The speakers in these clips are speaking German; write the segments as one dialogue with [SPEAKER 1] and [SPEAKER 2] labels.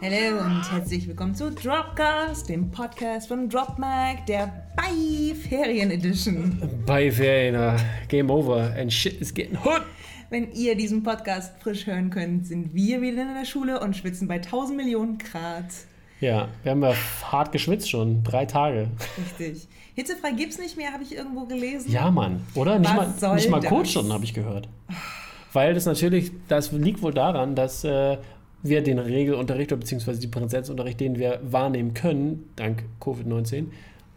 [SPEAKER 1] Hallo und herzlich willkommen zu Dropcast, dem Podcast von DropMag, der Bei-Ferien Edition.
[SPEAKER 2] Bei Ferien, ah, Game Over and shit is getting hot.
[SPEAKER 1] Wenn ihr diesen Podcast frisch hören könnt, sind wir wieder in der Schule und schwitzen bei 1000 Millionen Grad.
[SPEAKER 2] Ja, wir haben ja hart geschwitzt schon, drei Tage.
[SPEAKER 1] Richtig. Hitzefrei gibt's nicht mehr, habe ich irgendwo gelesen.
[SPEAKER 2] Ja, Mann, oder? Nicht
[SPEAKER 1] Was soll
[SPEAKER 2] mal, nicht mal
[SPEAKER 1] das?
[SPEAKER 2] Kurzstunden habe ich gehört. Weil das natürlich, das liegt wohl daran, dass äh, wir den Regelunterricht oder beziehungsweise den Präsenzunterricht, den wir wahrnehmen können, dank Covid-19,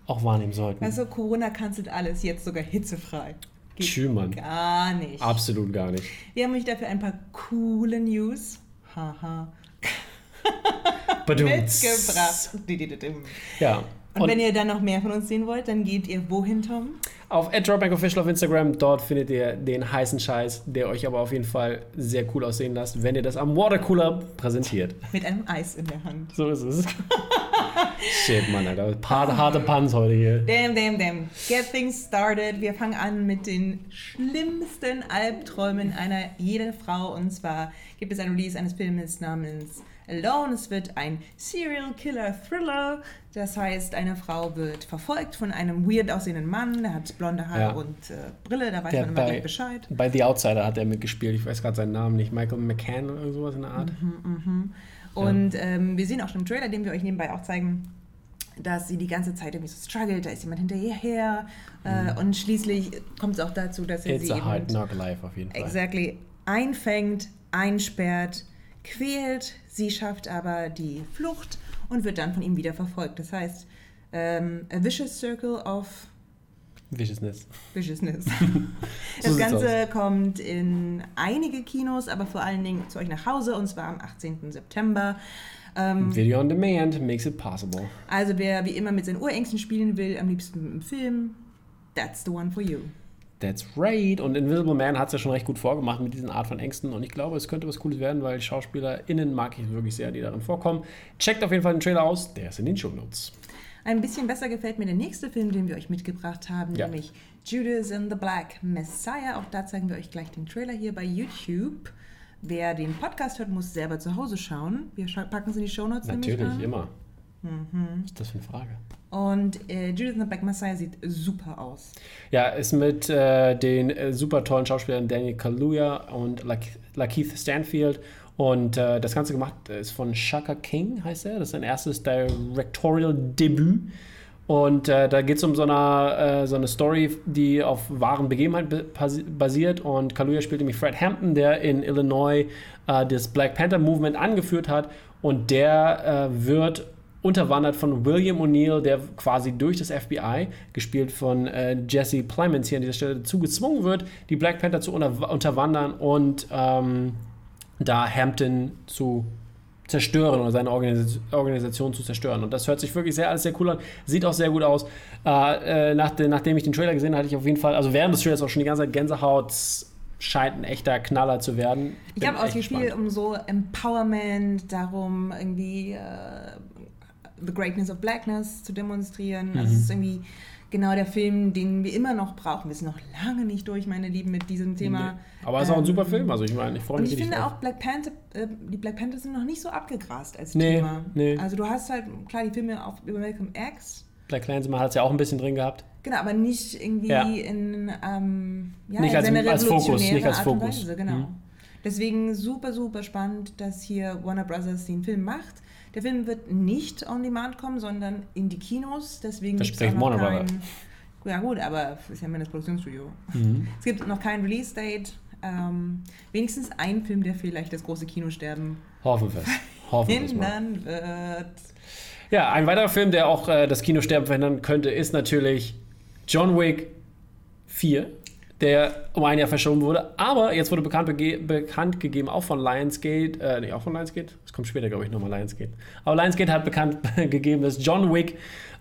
[SPEAKER 2] auch wahrnehmen sollten.
[SPEAKER 1] Also Corona cancelt alles, jetzt sogar hitzefrei. Geht
[SPEAKER 2] Tschü, Mann.
[SPEAKER 1] Gar nicht.
[SPEAKER 2] Absolut gar nicht.
[SPEAKER 1] Wir haben euch dafür ein paar coole News haha,
[SPEAKER 2] Badumts.
[SPEAKER 1] mitgebracht. Didididim.
[SPEAKER 2] Ja.
[SPEAKER 1] Und, wenn ihr dann noch mehr von uns sehen wollt, dann geht ihr wohin, Tom?
[SPEAKER 2] Auf @dropbankofficial auf Instagram, dort findet ihr den heißen Scheiß, der euch aber auf jeden Fall sehr cool aussehen lässt, wenn ihr das am Watercooler präsentiert.
[SPEAKER 1] Mit einem Eis in der Hand.
[SPEAKER 2] So ist es. Shit, Mann, Alter. Paar, harte Puns heute hier.
[SPEAKER 1] Damn, damn, damn. Get things started. Wir fangen an mit den schlimmsten Albträumen einer jeden Frau. Und zwar gibt es ein Release eines Filmes namens Alone. Es wird ein Serial Killer Thriller. Das heißt, eine Frau wird verfolgt von einem weird aussehenden Mann. Der hat blonde Haare
[SPEAKER 2] Ja.
[SPEAKER 1] und äh, Brille. Da weiß
[SPEAKER 2] Der
[SPEAKER 1] man immer
[SPEAKER 2] bei-
[SPEAKER 1] gleich Bescheid.
[SPEAKER 2] Bei The Outsider hat er mitgespielt. Ich weiß gerade seinen Namen nicht. Michael McCann oder sowas in der Art.
[SPEAKER 1] Und ähm, wir sehen auch schon im Trailer, den wir euch nebenbei auch zeigen, dass sie die ganze Zeit irgendwie so struggelt. Da ist jemand hinterher. Äh, und schließlich kommt es auch dazu, dass er
[SPEAKER 2] Mhm. It's
[SPEAKER 1] sie
[SPEAKER 2] a hard
[SPEAKER 1] eben
[SPEAKER 2] knock life auf jeden Fall.
[SPEAKER 1] exactly einfängt, einsperrt, quält. Sie schafft aber die Flucht und wird dann von ihm wieder verfolgt. Das heißt, ähm, a vicious circle of
[SPEAKER 2] Viciousness.
[SPEAKER 1] viciousness. das
[SPEAKER 2] So sieht's
[SPEAKER 1] Ganze kommt in einige Kinos, aber vor allen Dingen zu euch nach Hause und zwar am 18. September. Ähm,
[SPEAKER 2] Video on demand makes it possible.
[SPEAKER 1] also wer wie immer mit seinen Urängsten spielen will, am liebsten im Film, that's the one for you.
[SPEAKER 2] That's right. Und Invisible Man hat es ja schon recht gut vorgemacht mit diesen Art von Ängsten. Und ich glaube, es könnte was Cooles werden, weil SchauspielerInnen mag ich wirklich sehr, die darin vorkommen. Checkt auf jeden Fall den Trailer aus. Der ist in den Show Notes.
[SPEAKER 1] Ein bisschen besser gefällt mir der nächste Film, den wir euch mitgebracht haben,
[SPEAKER 2] Ja.
[SPEAKER 1] nämlich Judas and the Black Messiah. Auch da zeigen wir euch gleich den Trailer hier bei YouTube. Wer den Podcast hört, muss selber zu Hause schauen. Wir scha- packen es in die Shownotes
[SPEAKER 2] Natürlich,
[SPEAKER 1] nämlich an.
[SPEAKER 2] immer. Was ist das für eine Frage?
[SPEAKER 1] Und äh, Judas and the Black Messiah sieht super aus.
[SPEAKER 2] Ja, ist mit äh, den äh, super tollen Schauspielern Daniel Kaluuya und La- Lakeith Stanfield. Und äh, das Ganze gemacht ist von Shaka King, heißt er. Das ist sein erstes Directorial-Debüt. Und äh, da geht es um so eine, äh, so eine Story, die auf wahren Begebenheiten be- pasi- basiert. Und Kaluuya spielt nämlich Fred Hampton, der in Illinois äh, das Black Panther Movement angeführt hat. Und der äh, wird unterwandert von William O'Neill, der quasi durch das FBI, gespielt von äh, Jesse Plemons hier an dieser Stelle, dazu gezwungen wird, die Black Panther zu unter unterwandern und ähm, da Hampton zu zerstören oder seine Organis Organisation zu zerstören. Und das hört sich wirklich sehr, alles sehr cool an. Sieht auch sehr gut aus. Äh, äh, nach, de- nachdem ich den Trailer gesehen habe, hatte ich auf jeden Fall, also während des Trailers auch schon die ganze Zeit Gänsehaut, Es scheint ein echter Knaller zu werden.
[SPEAKER 1] Ich
[SPEAKER 2] Bin
[SPEAKER 1] habe auch
[SPEAKER 2] echt
[SPEAKER 1] hier viel
[SPEAKER 2] gespannt.
[SPEAKER 1] um so Empowerment, darum irgendwie äh, The Greatness of Blackness zu demonstrieren.
[SPEAKER 2] Mhm.
[SPEAKER 1] Also es ist irgendwie genau der Film, den wir immer noch brauchen. Wir sind noch lange nicht durch, meine Lieben, mit diesem Thema.
[SPEAKER 2] Aber es ist auch ein
[SPEAKER 1] Ähm,
[SPEAKER 2] super Film, also ich meine, ich freue
[SPEAKER 1] Und
[SPEAKER 2] mich
[SPEAKER 1] ich
[SPEAKER 2] richtig
[SPEAKER 1] finde
[SPEAKER 2] drauf.
[SPEAKER 1] auch, Black Panther, äh, die Black Panther sind noch nicht so abgegrast als
[SPEAKER 2] Nee,
[SPEAKER 1] Thema.
[SPEAKER 2] nee.
[SPEAKER 1] Also du hast halt, klar, die Filme auch über Malcolm X,
[SPEAKER 2] Black Klansman hat es ja auch ein bisschen drin gehabt.
[SPEAKER 1] genau, aber nicht irgendwie
[SPEAKER 2] Ja.
[SPEAKER 1] in ähm, ja,
[SPEAKER 2] Nicht
[SPEAKER 1] in
[SPEAKER 2] als-
[SPEAKER 1] seine
[SPEAKER 2] als Fokus,
[SPEAKER 1] revolutionäre
[SPEAKER 2] nicht als
[SPEAKER 1] Art und
[SPEAKER 2] Fokus.
[SPEAKER 1] Weise, genau.
[SPEAKER 2] Mhm.
[SPEAKER 1] Deswegen super, super spannend, dass hier Warner Brothers den Film macht. Der Film wird nicht on demand kommen, sondern in die Kinos. Deswegen
[SPEAKER 2] Das
[SPEAKER 1] gibt's
[SPEAKER 2] spricht
[SPEAKER 1] auch noch
[SPEAKER 2] Warner Brothers. Mhm.
[SPEAKER 1] keinen- Ja gut, aber ist ja immer das Produktionsstudio. Es gibt noch kein Release-Date. Ähm, wenigstens ein Film, der vielleicht das große Kinosterben
[SPEAKER 2] Hoffen wir es. Hoffen wir es mal.
[SPEAKER 1] hindern wird.
[SPEAKER 2] Ja, ein weiterer Film, der auch äh, das Kinosterben verhindern könnte, ist natürlich John Wick 4, der um ein Jahr verschoben wurde. Aber jetzt wurde bekannt, bege- bekannt gegeben, auch von Lionsgate, äh, nicht auch von Lionsgate, es kommt später, glaube ich, nochmal Lionsgate. Aber Lionsgate hat bekannt gegeben, dass John Wick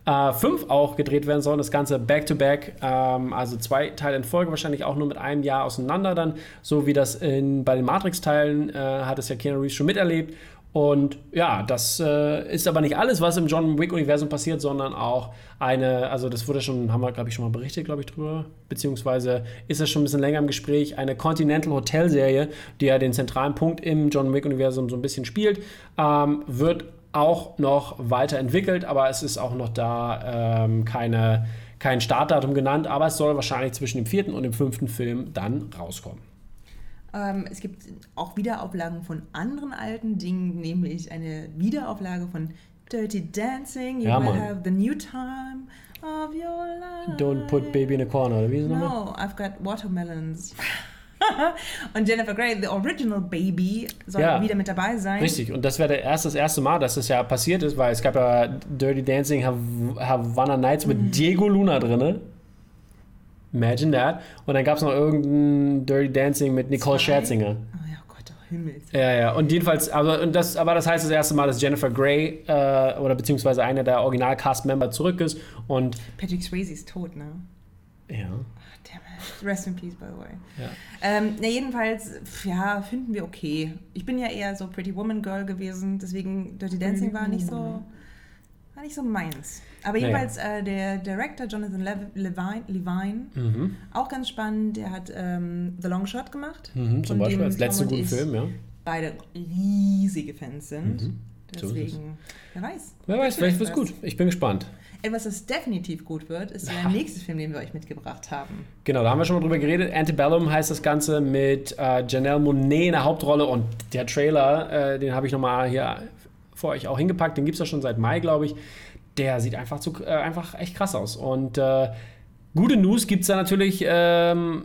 [SPEAKER 2] äh, 5 auch gedreht werden soll. Das Ganze back-to-back, ähm, also zwei Teile in Folge, wahrscheinlich auch nur mit einem Jahr auseinander dann. So wie das in, bei den Matrix-Teilen äh, hat es ja Keanu Reeves schon miterlebt. Und ja, das äh, ist aber nicht alles, was im John Wick-Universum passiert, sondern auch eine, also das wurde schon, haben wir, glaube ich, schon mal berichtet, glaube ich, drüber, beziehungsweise ist das schon ein bisschen länger im Gespräch, eine Continental Hotel-Serie, die ja den zentralen Punkt im John Wick-Universum so ein bisschen spielt, ähm, wird auch noch weiterentwickelt, aber es ist auch noch da ähm, keine, kein Startdatum genannt, aber es soll wahrscheinlich zwischen dem vierten und dem fünften Film dann rauskommen.
[SPEAKER 1] Ähm, es gibt auch Wiederauflagen von anderen alten Dingen, nämlich eine Wiederauflage von Dirty Dancing, You
[SPEAKER 2] Ja,
[SPEAKER 1] will
[SPEAKER 2] Mann.
[SPEAKER 1] have the new time of your life.
[SPEAKER 2] Don't put baby in a corner, oder wie ist es nochmal?
[SPEAKER 1] No, I've got watermelons. Und Jennifer Grey, the original baby, soll
[SPEAKER 2] Ja.
[SPEAKER 1] wieder mit dabei sein.
[SPEAKER 2] Richtig, und das wäre der erst, das erste Mal, dass das ja passiert ist, weil es gab ja Dirty Dancing Hav- Havana Nights
[SPEAKER 1] Mhm.
[SPEAKER 2] mit Diego Luna drin. Imagine that. Und dann gab es noch irgendein Dirty Dancing mit Nicole
[SPEAKER 1] Zwei.
[SPEAKER 2] Scherzinger.
[SPEAKER 1] Oh ja, Gott, oh Himmels.
[SPEAKER 2] Ja, ja. Und jedenfalls, aber, und das, aber das heißt das erste Mal, dass Jennifer Grey äh, oder beziehungsweise einer der Original-Cast-Member zurück ist. Und
[SPEAKER 1] Patrick Swayze ist tot, ne?
[SPEAKER 2] ja.
[SPEAKER 1] Ach, damn it. Rest in peace, by the way.
[SPEAKER 2] Ja.
[SPEAKER 1] Ähm, na, jedenfalls, pf, ja, finden wir okay. Ich bin ja eher so Pretty Woman Girl gewesen, deswegen Dirty Dancing war nicht so, war nicht so meins. Aber
[SPEAKER 2] Naja.
[SPEAKER 1] jedenfalls äh, der Director Jonathan Lev Levine, Levine
[SPEAKER 2] Mhm.
[SPEAKER 1] auch ganz spannend, der hat ähm, The Long Shot gemacht.
[SPEAKER 2] Mhm, zum
[SPEAKER 1] von
[SPEAKER 2] Beispiel
[SPEAKER 1] dem
[SPEAKER 2] als letzten
[SPEAKER 1] Tom und
[SPEAKER 2] guten
[SPEAKER 1] ich
[SPEAKER 2] Film, ja.
[SPEAKER 1] Beide riesige Fans sind.
[SPEAKER 2] So ist es.
[SPEAKER 1] Deswegen, wer weiß.
[SPEAKER 2] Wer weiß, vielleicht wird's gut. Ich bin gespannt.
[SPEAKER 1] Etwas, das definitiv gut wird, ist der nächste Film, den wir euch mitgebracht haben.
[SPEAKER 2] Genau, da haben wir schon mal drüber geredet. Antebellum heißt das Ganze mit äh, Janelle Monet in der Hauptrolle und der Trailer, äh, den habe ich nochmal hier für euch auch hingepackt. Den gibt es ja schon seit Mai, glaube ich. Der sieht einfach, zu, äh, einfach echt krass aus. Und äh, gute News gibt es da natürlich ähm,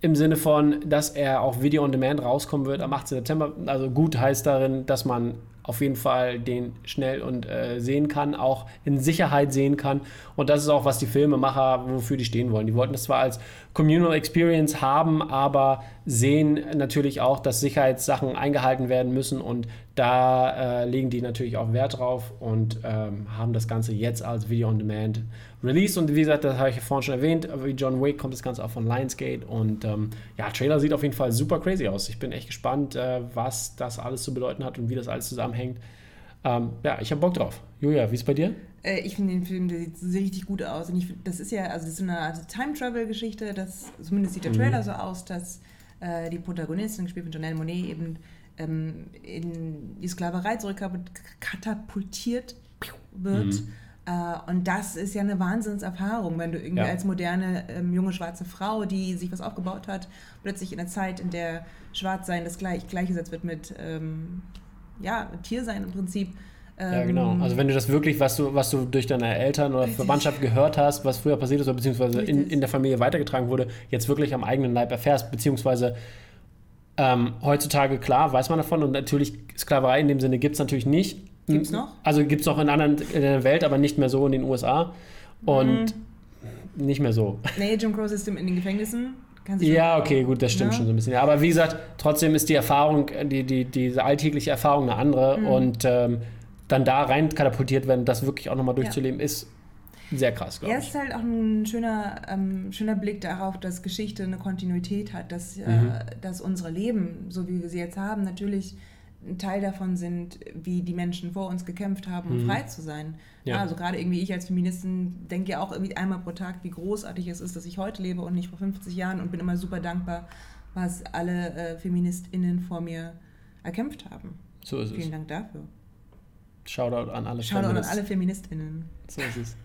[SPEAKER 2] im Sinne von, dass er auch Video on Demand rauskommen wird am 18. September. Also gut heißt darin, dass man auf jeden Fall den schnell und äh, sehen kann, auch in Sicherheit sehen kann. Und das ist auch, was die Filmemacher, wofür die stehen wollen. Die wollten das zwar als Communal Experience haben, aber sehen natürlich auch, dass Sicherheitssachen eingehalten werden müssen. Und da äh, legen die natürlich auch Wert drauf und ähm, haben das Ganze jetzt als Video on Demand released. Und wie gesagt, das habe ich ja vorhin schon erwähnt, wie John Wick kommt das Ganze auch von Lionsgate. Und ähm, ja, Trailer sieht auf jeden Fall super crazy aus. Ich bin echt gespannt, äh, was das alles zu bedeuten hat und wie das alles zusammenhängt. Ähm, ja, ich habe Bock drauf. Julia, wie ist bei dir?
[SPEAKER 1] Äh, ich finde den Film, der sieht sehr richtig gut aus. Und ich, find- das ist ja, also das ist so eine Art Time-Travel-Geschichte, dass, zumindest sieht der
[SPEAKER 2] Mhm.
[SPEAKER 1] Trailer so aus, dass äh, die Protagonistin, gespielt von Janelle Monet, eben ähm, in die Sklaverei zurückkatapultiert wird.
[SPEAKER 2] Mhm.
[SPEAKER 1] Äh, und das ist ja eine Wahnsinnserfahrung, wenn du irgendwie
[SPEAKER 2] Ja.
[SPEAKER 1] als moderne ähm, junge schwarze Frau, die sich was aufgebaut hat, plötzlich in einer Zeit, in der Schwarzsein das gleich, gleichgesetzt wird mit ähm, ja, Tiersein im Prinzip.
[SPEAKER 2] Ja, genau.
[SPEAKER 1] ähm,
[SPEAKER 2] Also wenn du das wirklich, was du, was du durch deine Eltern oder
[SPEAKER 1] Richtig.
[SPEAKER 2] Verwandtschaft gehört hast, was früher passiert ist, oder beziehungsweise in,
[SPEAKER 1] Richtig.
[SPEAKER 2] in der Familie weitergetragen wurde, jetzt wirklich am eigenen Leib erfährst, beziehungsweise ähm, heutzutage, klar, weiß man davon und natürlich Sklaverei in dem Sinne gibt es natürlich nicht.
[SPEAKER 1] Gibt's noch?
[SPEAKER 2] Also gibt es noch in anderen in der Welt, aber nicht mehr so in den USA.
[SPEAKER 1] Mhm.
[SPEAKER 2] Und nicht mehr so.
[SPEAKER 1] Nee, Jim Crow System in den Gefängnissen. Kann sich
[SPEAKER 2] Ja,
[SPEAKER 1] schon-
[SPEAKER 2] okay, gut, das stimmt
[SPEAKER 1] Ja.
[SPEAKER 2] schon so ein bisschen. Ja, aber wie gesagt, trotzdem ist die Erfahrung, äh, die, die, diese alltägliche Erfahrung eine andere
[SPEAKER 1] Mhm.
[SPEAKER 2] und ähm, dann da rein katapultiert werden, das wirklich auch nochmal durchzuleben, ist sehr krass, glaube
[SPEAKER 1] Er
[SPEAKER 2] ich.
[SPEAKER 1] ist halt auch ein schöner, ähm, schöner Blick darauf, dass Geschichte eine Kontinuität hat, dass,
[SPEAKER 2] Mhm.
[SPEAKER 1] äh, dass unsere Leben, so wie wir sie jetzt haben, natürlich ein Teil davon sind, wie die Menschen vor uns gekämpft haben, um
[SPEAKER 2] Mhm.
[SPEAKER 1] frei zu sein.
[SPEAKER 2] Ja.
[SPEAKER 1] Also gerade irgendwie ich als Feministin denke ja auch irgendwie einmal pro Tag, wie großartig es ist, dass ich heute lebe und nicht vor 50 Jahren und bin immer super dankbar, was alle äh, FeministInnen vor mir erkämpft haben.
[SPEAKER 2] So ist es.
[SPEAKER 1] Vielen Dank dafür.
[SPEAKER 2] Shoutout an alle
[SPEAKER 1] Shoutout an
[SPEAKER 2] Feminists.
[SPEAKER 1] alle FeministInnen.
[SPEAKER 2] So ist es.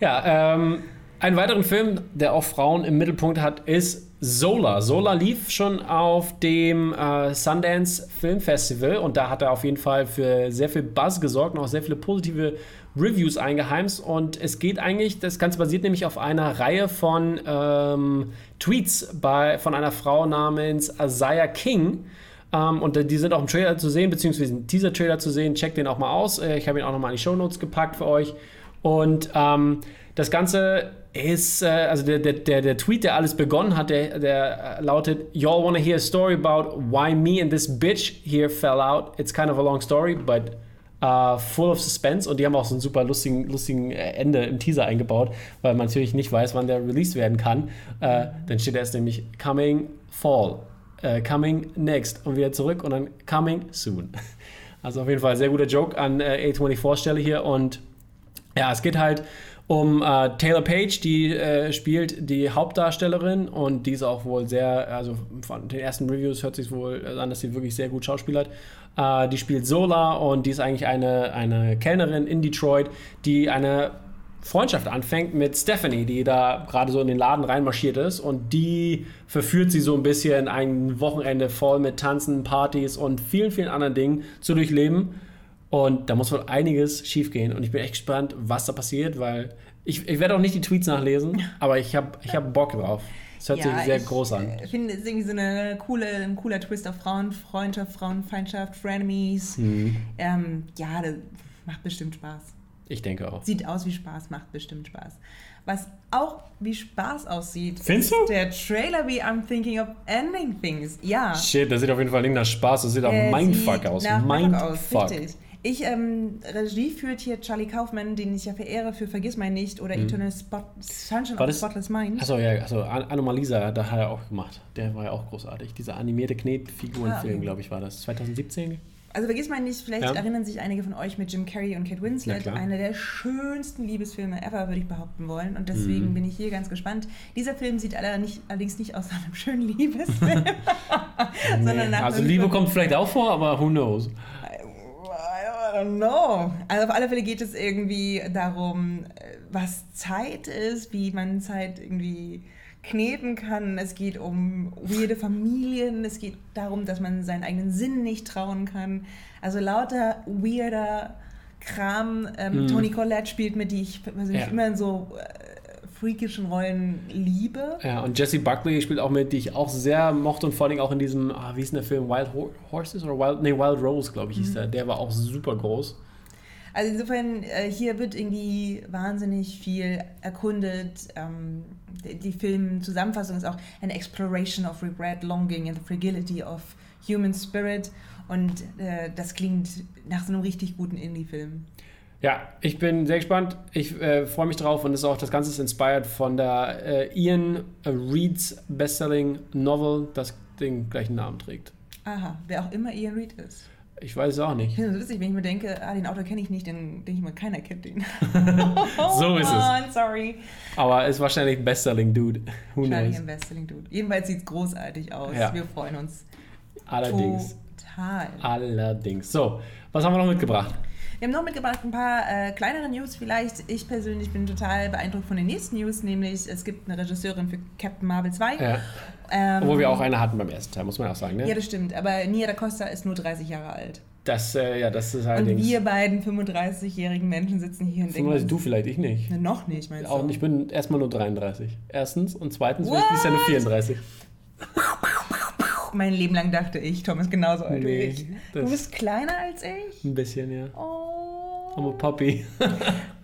[SPEAKER 2] ja, ähm, einen weiteren Film, der auch Frauen im Mittelpunkt hat, ist Solar. Solar lief schon auf dem äh, Sundance Film Festival und da hat er auf jeden Fall für sehr viel Buzz gesorgt und auch sehr viele positive Reviews eingeheimst. Und es geht eigentlich, das Ganze basiert nämlich auf einer Reihe von ähm, Tweets bei, von einer Frau namens Isaiah King. Ähm, und die sind auch im Trailer zu sehen, beziehungsweise im Teaser-Trailer zu sehen. Checkt den auch mal aus. Äh, Ich habe ihn auch nochmal in die Show Notes gepackt für euch. Und ähm, das Ganze ist, äh, also der, der, der, der Tweet, der alles begonnen hat, der, der äh, lautet: Y'all wanna hear a story about why me and this bitch here fell out? It's kind of a long story, but äh, full of suspense. Und die haben auch so einen super lustigen, lustigen äh, Ende im Teaser eingebaut, weil man natürlich nicht weiß, wann der released werden kann. Äh, dann steht erst nämlich Coming Fall. äh, coming next und wieder zurück und dann coming soon. Also auf jeden Fall sehr guter Joke an äh, A24-Stelle hier und ja, es geht halt um äh, Taylor Page, die äh, spielt die Hauptdarstellerin und die ist auch wohl sehr, also von den ersten Reviews hört sich wohl an, dass sie wirklich sehr gut schauspielert. Äh, die spielt Sola und die ist eigentlich eine, eine Kellnerin in Detroit, die eine Freundschaft anfängt mit Stephanie, die da gerade so in den Laden reinmarschiert ist und die verführt sie so ein bisschen ein Wochenende voll mit Tanzen, Partys und vielen, vielen anderen Dingen zu durchleben. Und da muss wohl einiges schiefgehen. Und ich bin echt gespannt, was da passiert, weil ich, ich werde auch nicht die Tweets nachlesen, aber ich habe ich hab Bock drauf. Es hört sich sehr
[SPEAKER 1] ich, äh,
[SPEAKER 2] groß an.
[SPEAKER 1] Ich finde, es ist irgendwie so eine coole, ein cooler Twist auf Frauenfreundschaft, Frauenfeindschaft, Frenemies.
[SPEAKER 2] Mhm.
[SPEAKER 1] Ähm, ja, das macht bestimmt Spaß.
[SPEAKER 2] Ich denke auch.
[SPEAKER 1] Sieht aus wie Spaß, macht bestimmt Spaß. Was auch wie Spaß aussieht,
[SPEAKER 2] Findest
[SPEAKER 1] ist
[SPEAKER 2] du?
[SPEAKER 1] der Trailer wie I'm Thinking of Ending Things. Ja.
[SPEAKER 2] Shit, das sieht auf jeden Fall nicht nach Spaß, das sieht auch
[SPEAKER 1] Äh,
[SPEAKER 2] Mindfuck
[SPEAKER 1] sieht
[SPEAKER 2] aus.
[SPEAKER 1] nach
[SPEAKER 2] Mindfuck.
[SPEAKER 1] aus, richtig. Ich, ähm, Regie führt hier Charlie Kaufman, den ich ja verehre für Vergiss mein Nicht oder Eternal Spot Sunshine of
[SPEAKER 2] Mhm. War
[SPEAKER 1] the
[SPEAKER 2] das-
[SPEAKER 1] Spotless Mind.
[SPEAKER 2] Achso, ja, also Anomalisa, da hat er auch gemacht. Der war ja auch großartig. Dieser animierte
[SPEAKER 1] Ah.
[SPEAKER 2] Knetfigurenfilm, glaube ich, war das. 2017?
[SPEAKER 1] Also vergiss mal nicht, vielleicht
[SPEAKER 2] Ja.
[SPEAKER 1] erinnern sich einige von euch mit Jim Carrey und Kate
[SPEAKER 2] Na
[SPEAKER 1] Winslet.
[SPEAKER 2] klar.
[SPEAKER 1] Einer der schönsten Liebesfilme ever, würde ich behaupten wollen. Und
[SPEAKER 2] Mhm.
[SPEAKER 1] deswegen bin ich hier ganz gespannt. Dieser Film sieht aller nicht, allerdings nicht aus nach einem schönen Liebesfilm, sondern
[SPEAKER 2] Nee.
[SPEAKER 1] nach
[SPEAKER 2] Also
[SPEAKER 1] einem
[SPEAKER 2] Liebe
[SPEAKER 1] schönen-
[SPEAKER 2] kommt vielleicht auch vor, aber who knows.
[SPEAKER 1] I don't know. Also auf alle Fälle geht es irgendwie darum, äh, was Zeit ist, wie man Zeit irgendwie kneten kann. Es geht um weirde Familien. Es geht darum, dass man seinen eigenen Sinn nicht trauen kann. Also lauter weirder Kram. Ähm,
[SPEAKER 2] Mhm.
[SPEAKER 1] Toni Collette spielt mit, die ich persönlich
[SPEAKER 2] Ja.
[SPEAKER 1] immer in so äh, freakischen Rollen liebe.
[SPEAKER 2] Ja, und Jesse Buckley spielt auch mit, die ich auch sehr mochte und vor allem auch in diesem, ah, wie hieß denn der Film, Wild Ho Horses oder Wild, nee, Wild Rose, glaube ich, hieß
[SPEAKER 1] Mhm.
[SPEAKER 2] der. Der war auch super groß.
[SPEAKER 1] Also insofern, äh, hier wird irgendwie wahnsinnig viel erkundet. Ähm, die, die Filmzusammenfassung ist auch an exploration of regret, longing and the fragility of human spirit. Und äh, das klingt nach so einem richtig guten Indie-Film.
[SPEAKER 2] Ja, ich bin sehr gespannt. Ich äh, freue mich drauf und ist auch das Ganze ist inspired von der äh, Ian Reeds Bestselling Novel, das den gleichen Namen trägt.
[SPEAKER 1] Aha, wer auch immer Ian Reed ist.
[SPEAKER 2] Ich weiß es auch
[SPEAKER 1] Ich
[SPEAKER 2] nicht.
[SPEAKER 1] finde es witzig, wenn ich mir denke, ah, den Autor kenne ich nicht, dann denke ich mal, keiner kennt den. Oh
[SPEAKER 2] So ist es.
[SPEAKER 1] Mann, sorry.
[SPEAKER 2] Aber ist wahrscheinlich Bestselling Dude. Who
[SPEAKER 1] Charlie
[SPEAKER 2] knows?
[SPEAKER 1] im Wrestling Dude. Jedenfalls sieht es großartig aus.
[SPEAKER 2] Ja.
[SPEAKER 1] Wir freuen uns
[SPEAKER 2] Allerdings.
[SPEAKER 1] total.
[SPEAKER 2] Allerdings. So, was haben wir noch mitgebracht?
[SPEAKER 1] Wir haben noch mitgebracht ein paar äh, kleinere News vielleicht. Ich persönlich bin total beeindruckt von den nächsten News, nämlich es gibt eine Regisseurin für Captain Marvel 2.
[SPEAKER 2] Ja.
[SPEAKER 1] Ähm,
[SPEAKER 2] Obwohl wir auch eine hatten beim ersten Teil, muss man auch sagen.
[SPEAKER 1] Ja,
[SPEAKER 2] Ne?
[SPEAKER 1] das stimmt. Aber Nia da Costa ist nur 30 Jahre alt.
[SPEAKER 2] Das, äh, ja, das ist
[SPEAKER 1] Und
[SPEAKER 2] allerdings.
[SPEAKER 1] wir beiden 35-jährigen Menschen sitzen hier und denken...
[SPEAKER 2] 35, du vielleicht, ich nicht.
[SPEAKER 1] Ne, noch nicht, meinst
[SPEAKER 2] Auch,
[SPEAKER 1] du?
[SPEAKER 2] ich bin erstmal nur 33. Erstens und zweitens bin ich
[SPEAKER 1] What?
[SPEAKER 2] dieses Jahr nur 34.
[SPEAKER 1] Puh, Mein Leben lang dachte ich, Tom ist genauso alt
[SPEAKER 2] Nee,
[SPEAKER 1] wie ich. Du
[SPEAKER 2] das-
[SPEAKER 1] bist kleiner als ich?
[SPEAKER 2] Ein bisschen, ja.
[SPEAKER 1] Oh.
[SPEAKER 2] I'm a puppy.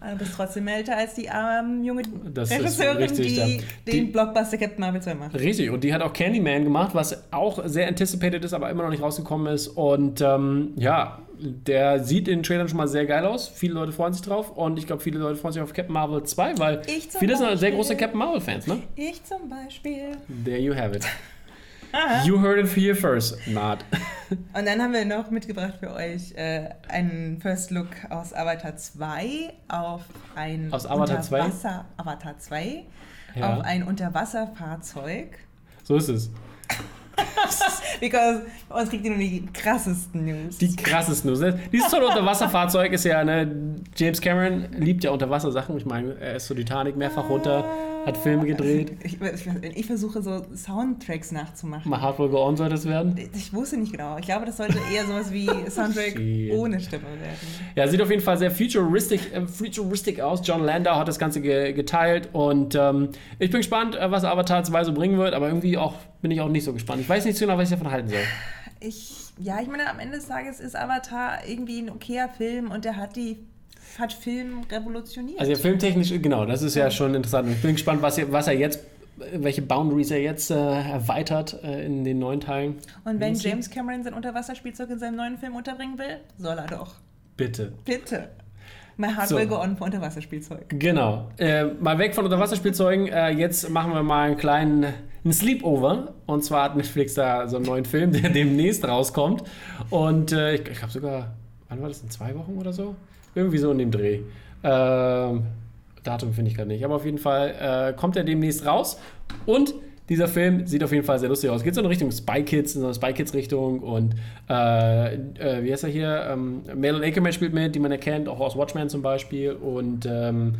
[SPEAKER 1] Aber du bist trotzdem älter als die armen junge
[SPEAKER 2] Das ist
[SPEAKER 1] Regisseurin,
[SPEAKER 2] richtig,
[SPEAKER 1] die,
[SPEAKER 2] ja.
[SPEAKER 1] den
[SPEAKER 2] Die-
[SPEAKER 1] Blockbuster Captain Marvel 2 macht.
[SPEAKER 2] Richtig, und die hat auch Candyman gemacht, was auch sehr anticipated ist, aber immer noch nicht rausgekommen ist. Und ähm, ja, der sieht in den Trailern schon mal sehr geil aus. Viele Leute freuen sich drauf und ich glaube, viele Leute freuen sich auf Captain Marvel 2, weil
[SPEAKER 1] Ich zum
[SPEAKER 2] viele sind halt sehr
[SPEAKER 1] Beispiel.
[SPEAKER 2] große Captain Marvel-Fans, ne?
[SPEAKER 1] Ich zum Beispiel. Ah.
[SPEAKER 2] There you have it.
[SPEAKER 1] Aha.
[SPEAKER 2] You heard it here first. Not.
[SPEAKER 1] Und dann haben wir noch mitgebracht für euch äh, einen First Look aus Avatar 2 auf ein
[SPEAKER 2] Aus Avatar 2?
[SPEAKER 1] Unterwasser Avatar 2
[SPEAKER 2] Ja.
[SPEAKER 1] auf ein Unterwasserfahrzeug.
[SPEAKER 2] So ist es.
[SPEAKER 1] Because bei uns kriegt ihr nur die krassesten News.
[SPEAKER 2] Die krassesten News. ne? Dieses tolle Unterwasserfahrzeug ist ja, ne, James Cameron liebt ja Unterwassersachen. Ich meine, er ist so Titanic mehrfach runter, hat Filme gedreht.
[SPEAKER 1] Ich, ich, ich versuche so Soundtracks nachzumachen.
[SPEAKER 2] Mal Hard Will Go On soll das werden.
[SPEAKER 1] Ich wusste nicht genau. Ich glaube, das sollte eher sowas wie Soundtrack
[SPEAKER 2] Shit.
[SPEAKER 1] ohne Stimme werden.
[SPEAKER 2] Ja, sieht auf jeden Fall sehr futuristic, äh, futuristic aus. John Landau hat das Ganze ge geteilt und ähm, ich bin gespannt, äh, was Avatar 2 so bringen wird, aber irgendwie auch bin ich auch nicht so gespannt. Ich weiß nicht so genau, was ich davon halten soll.
[SPEAKER 1] Ich, ja, ich meine, am Ende des Tages ist Avatar irgendwie ein okayer Film und der hat die hat Film revolutioniert.
[SPEAKER 2] Also ja, filmtechnisch, genau, das ist ja schon interessant. Ich bin gespannt, was er, was er jetzt, äh, welche Boundaries er jetzt äh, erweitert äh, in den neuen Teilen.
[SPEAKER 1] Und wenn
[SPEAKER 2] Muss ich-
[SPEAKER 1] James Cameron sein Unterwasserspielzeug in seinem neuen Film unterbringen will, soll er doch.
[SPEAKER 2] Bitte.
[SPEAKER 1] Bitte. My heart
[SPEAKER 2] So.
[SPEAKER 1] will go on für Unterwasserspielzeug.
[SPEAKER 2] Genau. Äh, mal weg von Unterwasserspielzeugen. Äh, jetzt machen wir mal einen kleinen ein Sleepover. Und zwar hat Netflix da so einen neuen Film, der demnächst rauskommt. Und äh, ich, ich glaube sogar, wann war das? In zwei Wochen oder so? Irgendwie so in dem Dreh. Ähm, Datum finde ich gerade nicht. Aber auf jeden Fall äh, kommt er demnächst raus. Und dieser Film sieht auf jeden Fall sehr lustig aus. Geht so in Richtung Spy Kids, in so eine Spy Kids-Richtung. Und äh, äh, wie heißt er hier? Ähm, Melon Ackerman spielt mit, die man erkennt, auch aus Watchmen zum Beispiel. Und ähm,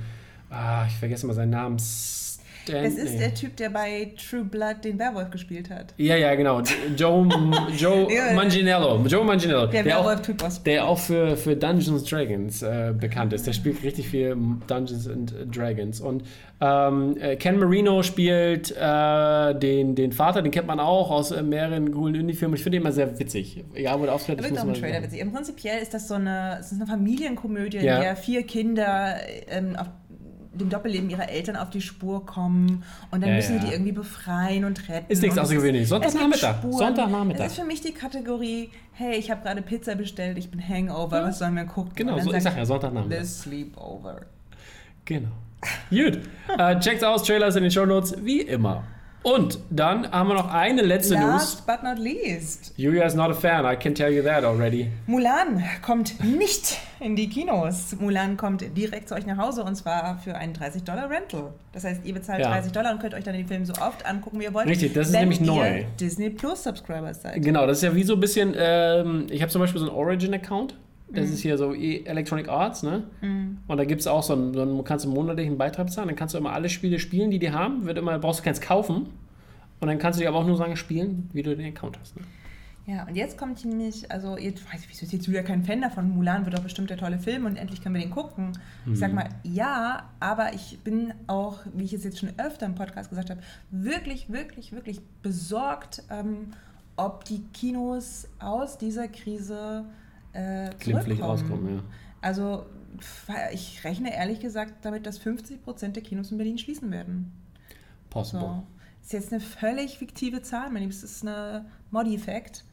[SPEAKER 2] ah, ich vergesse mal seinen Namen. Stan,
[SPEAKER 1] Das ist
[SPEAKER 2] nee.
[SPEAKER 1] der Typ, der bei True Blood den Werwolf gespielt hat.
[SPEAKER 2] Ja, ja, genau. Joe, Joe
[SPEAKER 1] Ja.
[SPEAKER 2] Manganiello. Joe Manganiello.
[SPEAKER 1] Der,
[SPEAKER 2] der auch
[SPEAKER 1] Werwolf-Typ aus.
[SPEAKER 2] der auch für, für Dungeons Dragons äh, bekannt ist. Der spielt richtig viel Dungeons and Dragons. Und ähm, äh, Ken Marino spielt äh, den, den Vater, den kennt man auch aus äh, mehreren coolen Indie-Filmen. Ich finde ihn immer sehr witzig. Egal, wo der auftritt,
[SPEAKER 1] Da
[SPEAKER 2] das
[SPEAKER 1] wird
[SPEAKER 2] muss
[SPEAKER 1] noch ein
[SPEAKER 2] man
[SPEAKER 1] Trailer
[SPEAKER 2] sagen.
[SPEAKER 1] witzig. Im Prinzipiell ist das so eine, es ist eine Familienkomödie,
[SPEAKER 2] Ja.
[SPEAKER 1] in der vier Kinder ähm, auf dem Doppelleben ihrer Eltern auf die Spur kommen und dann
[SPEAKER 2] Ja,
[SPEAKER 1] müssen sie
[SPEAKER 2] ja.
[SPEAKER 1] die irgendwie befreien und retten.
[SPEAKER 2] Ist nichts
[SPEAKER 1] Und es ist-
[SPEAKER 2] Außergewöhnliches.
[SPEAKER 1] es gibt
[SPEAKER 2] Sonntagnachmittag.
[SPEAKER 1] Spuren.
[SPEAKER 2] Sonntagnachmittag.
[SPEAKER 1] Es ist für mich die Kategorie, hey, ich habe gerade Pizza bestellt, ich bin Hangover, was sollen wir gucken?
[SPEAKER 2] Genau,
[SPEAKER 1] Und dann
[SPEAKER 2] so, ich
[SPEAKER 1] sag
[SPEAKER 2] sag ja, Sonntagnachmittag.
[SPEAKER 1] The Sleepover.
[SPEAKER 2] Genau. Gut. äh, checkt's aus, Trailers in den Shownotes, wie immer. Und dann haben wir noch eine letzte News.
[SPEAKER 1] Last but not least,
[SPEAKER 2] Julia is not a fan, I can tell you that already.
[SPEAKER 1] Mulan kommt nicht in die Kinos. Mulan kommt direkt zu euch nach Hause und zwar für einen 30-Dollar-Rental. Das heißt, ihr bezahlt
[SPEAKER 2] Ja.
[SPEAKER 1] 30 Dollar und könnt euch dann den Film so oft angucken, wie ihr wollt.
[SPEAKER 2] Richtig, das ist
[SPEAKER 1] wenn
[SPEAKER 2] nämlich
[SPEAKER 1] ihr
[SPEAKER 2] neu.
[SPEAKER 1] Disney Plus-Subscribers seid.
[SPEAKER 2] Genau, das ist ja wie so ein bisschen, ähm, ich habe zum Beispiel so einen Origin-Account.
[SPEAKER 1] Mhm.
[SPEAKER 2] Das ist hier so E- Electronic Arts, ne? Und da gibt es auch so einen, so einen, kannst du einen monatlichen Beitrag zahlen, dann kannst du immer alle Spiele spielen, die die haben, wird immer, brauchst du keins kaufen. Und dann kannst du die aber auch nur sagen, spielen, wie du den Account hast. Ne?
[SPEAKER 1] Ja, und jetzt kommt nämlich, also ihr weiß ich, wieso ist jetzt wieder kein Fan davon? Mulan wird doch bestimmt der tolle Film und endlich können wir den gucken. Ich
[SPEAKER 2] Mhm.
[SPEAKER 1] sag mal, ja, aber ich bin auch, wie ich es jetzt schon öfter im Podcast gesagt habe, wirklich, wirklich, wirklich besorgt, ähm, ob die Kinos aus dieser Krise äh,
[SPEAKER 2] Glimpflich
[SPEAKER 1] zurückkommen.
[SPEAKER 2] rauskommen, ja.
[SPEAKER 1] Also pf, ich rechne ehrlich gesagt damit, dass 50 Prozent der Kinos in Berlin schließen werden.
[SPEAKER 2] Possible.
[SPEAKER 1] So. Ist jetzt eine völlig fiktive Zahl, mein Liebes. Das ist eine Modi-Effekt.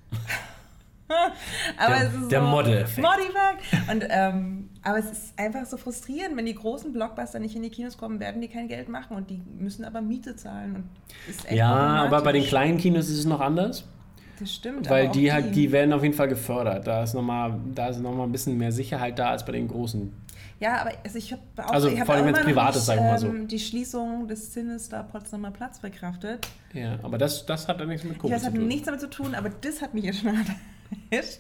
[SPEAKER 1] aber
[SPEAKER 2] Der- der Model-Effekt.
[SPEAKER 1] Modi-Effekt. Und, ähm, aber es ist einfach so frustrierend, wenn die großen Blockbuster nicht in die Kinos kommen, werden die kein Geld machen und die müssen aber Miete zahlen. Und ist echt
[SPEAKER 2] Ja, aber bei den
[SPEAKER 1] problematisch.
[SPEAKER 2] kleinen Kinos ist es noch anders,
[SPEAKER 1] Das stimmt.
[SPEAKER 2] weil
[SPEAKER 1] aber auch
[SPEAKER 2] die, halt, die werden auf jeden Fall gefördert. Da ist nochmal noch mal ein bisschen mehr Sicherheit da als bei den großen.
[SPEAKER 1] Ja, aber also ich habe auch,
[SPEAKER 2] Also
[SPEAKER 1] ich hab
[SPEAKER 2] vor allem
[SPEAKER 1] auch
[SPEAKER 2] wenn's
[SPEAKER 1] immer noch
[SPEAKER 2] privat ist,
[SPEAKER 1] nicht,
[SPEAKER 2] sagen wir mal so.
[SPEAKER 1] ähm, die Schließung des Sinister Potsdamer Platz verkraftet.
[SPEAKER 2] Ja, aber das, das hat ja nichts mit
[SPEAKER 1] Ja,
[SPEAKER 2] Covid
[SPEAKER 1] das
[SPEAKER 2] zu
[SPEAKER 1] hat
[SPEAKER 2] tun.
[SPEAKER 1] nichts damit zu tun, aber das hat mich jetzt schon erwischt.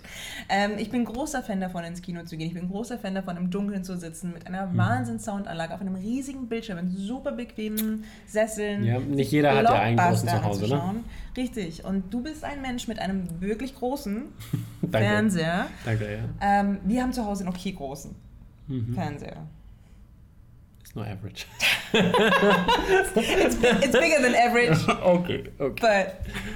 [SPEAKER 1] Ähm, ich bin großer Fan davon, ins Kino zu gehen. Ich bin großer Fan davon, im Dunkeln zu sitzen, mit
[SPEAKER 2] Hm.
[SPEAKER 1] einer Wahnsinns-Soundanlage, auf einem riesigen Bildschirm, in super bequemen Sesseln.
[SPEAKER 2] Ja, nicht jeder hat ja einen
[SPEAKER 1] Blockbuster
[SPEAKER 2] großen zu Hause, ne?
[SPEAKER 1] anzuschauen. Richtig. Und du bist ein Mensch mit einem wirklich großen
[SPEAKER 2] Danke.
[SPEAKER 1] Fernseher.
[SPEAKER 2] Danke, ja.
[SPEAKER 1] Ähm, wir haben zu Hause noch keinen großen
[SPEAKER 2] Mhm.
[SPEAKER 1] Fernseher.
[SPEAKER 2] Ist nur average.
[SPEAKER 1] It's, it's bigger than average,
[SPEAKER 2] okay, okay.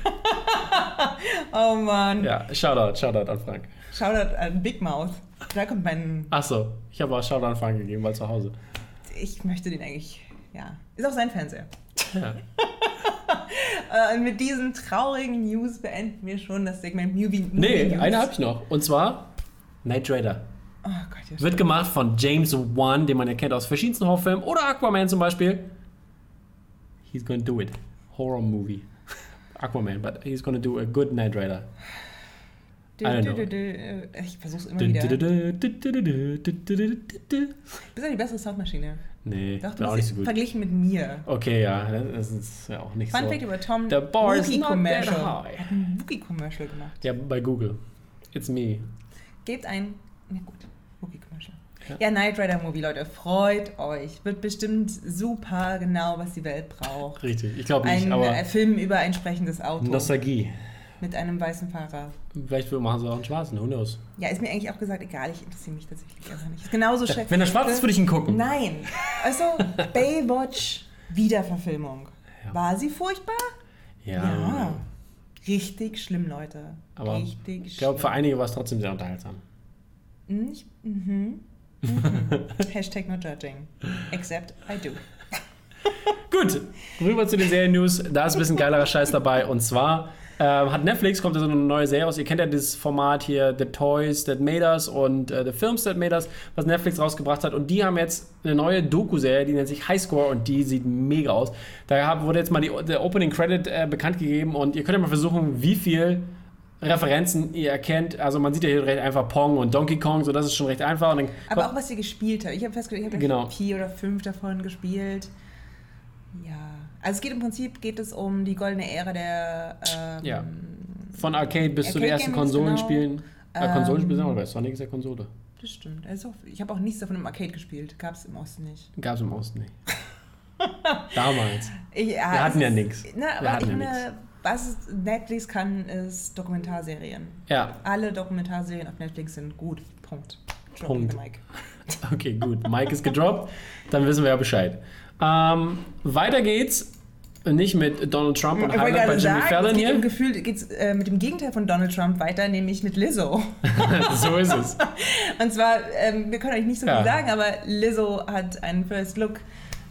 [SPEAKER 1] but... oh Mann.
[SPEAKER 2] Ja, Shoutout, Shoutout an Frank.
[SPEAKER 1] Shoutout an Big Mouth. Da kommt mein
[SPEAKER 2] Achso, ich habe auch Shoutout an Frank gegeben, weil zu Hause.
[SPEAKER 1] ich möchte den eigentlich, ja. Ist auch sein Fernseher.
[SPEAKER 2] Ja.
[SPEAKER 1] Äh, und mit diesen traurigen News beenden wir schon das Segment Movie Movie
[SPEAKER 2] Nee,
[SPEAKER 1] News.
[SPEAKER 2] eine habe ich noch. Und zwar Knight Rider.
[SPEAKER 1] Oh Gott, ja.
[SPEAKER 2] Wird gemacht von James Wan, den man ja kennt aus verschiedensten Horrorfilmen oder Aquaman zum Beispiel. He's gonna do it. Horror Movie. Aquaman, but he's gonna do a good Knight Rider. I
[SPEAKER 1] Dö,
[SPEAKER 2] don't know.
[SPEAKER 1] dö, dö, dö. Äh, Ich versuch's immer wieder. Du
[SPEAKER 2] Nee,
[SPEAKER 1] bist ja die bessere Soundmaschine. Doch, du
[SPEAKER 2] war auch nicht
[SPEAKER 1] bist
[SPEAKER 2] so gut.
[SPEAKER 1] verglichen mit mir.
[SPEAKER 2] Okay, ja, das ist ja auch nicht
[SPEAKER 1] Fun
[SPEAKER 2] so.
[SPEAKER 1] Fact über Tom,
[SPEAKER 2] The bar is
[SPEAKER 1] Wookie
[SPEAKER 2] not that
[SPEAKER 1] Commercial.
[SPEAKER 2] high.
[SPEAKER 1] Ein Wookie Commercial gemacht.
[SPEAKER 2] Ja, bei Google. It's me.
[SPEAKER 1] Gebt ein, na gut, Wookie Commercial.
[SPEAKER 2] Ja.
[SPEAKER 1] Ja, Knight Rider Movie, Leute, freut euch. Wird bestimmt super genau, was die Welt braucht.
[SPEAKER 2] Richtig, ich glaube nicht,
[SPEAKER 1] Ein
[SPEAKER 2] aber
[SPEAKER 1] äh, Film über ein sprechendes Auto
[SPEAKER 2] Nostalgie.
[SPEAKER 1] mit einem weißen Fahrer.
[SPEAKER 2] Vielleicht machen sie auch einen schwarzen, who knows.
[SPEAKER 1] Ja, ist mir eigentlich auch gesagt, egal, ich interessiere mich tatsächlich einfach nicht. Ist genauso schrecklich. ne?
[SPEAKER 2] Wenn er schwarz ist, würde ich ihn gucken.
[SPEAKER 1] Nein. Also, Baywatch, Wiederverfilmung.
[SPEAKER 2] Ja.
[SPEAKER 1] War sie furchtbar?
[SPEAKER 2] ja.
[SPEAKER 1] Richtig schlimm, Leute.
[SPEAKER 2] Aber
[SPEAKER 1] Richtig
[SPEAKER 2] Ich glaube, für
[SPEAKER 1] schlimm.
[SPEAKER 2] einige war es trotzdem sehr unterhaltsam.
[SPEAKER 1] Hm, ich- Mhm. Mhm. Hashtag not judging. Except I do.
[SPEAKER 2] Gut, rüber zu den Serien-News. Da ist ein bisschen geilerer Scheiß dabei. Und zwar Ähm, hat Netflix, kommt da so eine neue Serie raus. Ihr kennt ja dieses Format hier, The Toys That Made Us und äh, The Films That Made Us, was Netflix rausgebracht hat. Und die haben jetzt eine neue Doku-Serie, die nennt sich Highscore und die sieht mega aus. Da hab, wurde jetzt mal die, der Opening Credit äh, bekannt gegeben und ihr könnt ja mal versuchen, wie viel Referenzen ihr erkennt. Also man sieht ja hier recht einfach Pong und Donkey Kong, so das ist schon recht einfach. Und dann
[SPEAKER 1] Aber auch was ihr gespielt habt. Ich habe festgestellt, ich habe
[SPEAKER 2] Genau.
[SPEAKER 1] vier oder fünf davon gespielt. Ja. Also es geht im Prinzip geht es um die goldene Ära der ähm,
[SPEAKER 2] Ja. von Arcade bis zu
[SPEAKER 1] Arcade
[SPEAKER 2] den ersten
[SPEAKER 1] Gaming,
[SPEAKER 2] Konsolenspielen. Äh,
[SPEAKER 1] Ähm,
[SPEAKER 2] Konsolenspielen, sagen wir, bei Sonic ist ja Konsole.
[SPEAKER 1] Das stimmt. Also ich habe auch nichts davon im Arcade gespielt. Gab es im Osten nicht.
[SPEAKER 2] Gab es im Osten nicht. Damals.
[SPEAKER 1] Ich, ja,
[SPEAKER 2] Wir hatten
[SPEAKER 1] es
[SPEAKER 2] ja
[SPEAKER 1] ist-
[SPEAKER 2] nix.
[SPEAKER 1] Na,
[SPEAKER 2] Wir
[SPEAKER 1] aber
[SPEAKER 2] hatten
[SPEAKER 1] ich
[SPEAKER 2] ja
[SPEAKER 1] meine, was es- Netflix kann, ist Dokumentarserien.
[SPEAKER 2] Ja,
[SPEAKER 1] Alle Dokumentarserien auf Netflix sind gut. Punkt. Drop
[SPEAKER 2] Punkt.
[SPEAKER 1] the mic.
[SPEAKER 2] Okay, gut. Mike ist gedroppt. Dann wissen wir ja Bescheid. Ähm, weiter geht's. Nicht mit Donald Trump und
[SPEAKER 1] Ich wollte
[SPEAKER 2] Highlight bei
[SPEAKER 1] gerade
[SPEAKER 2] Jimmy
[SPEAKER 1] sagen, es
[SPEAKER 2] Fallon
[SPEAKER 1] geht im
[SPEAKER 2] hier.
[SPEAKER 1] Gefühl geht's, äh, mit dem Gegenteil von Donald Trump weiter, nämlich mit Lizzo.
[SPEAKER 2] so ist es.
[SPEAKER 1] Und zwar, ähm, wir können euch nicht so viel
[SPEAKER 2] Ja.
[SPEAKER 1] sagen, aber Lizzo hat einen First Look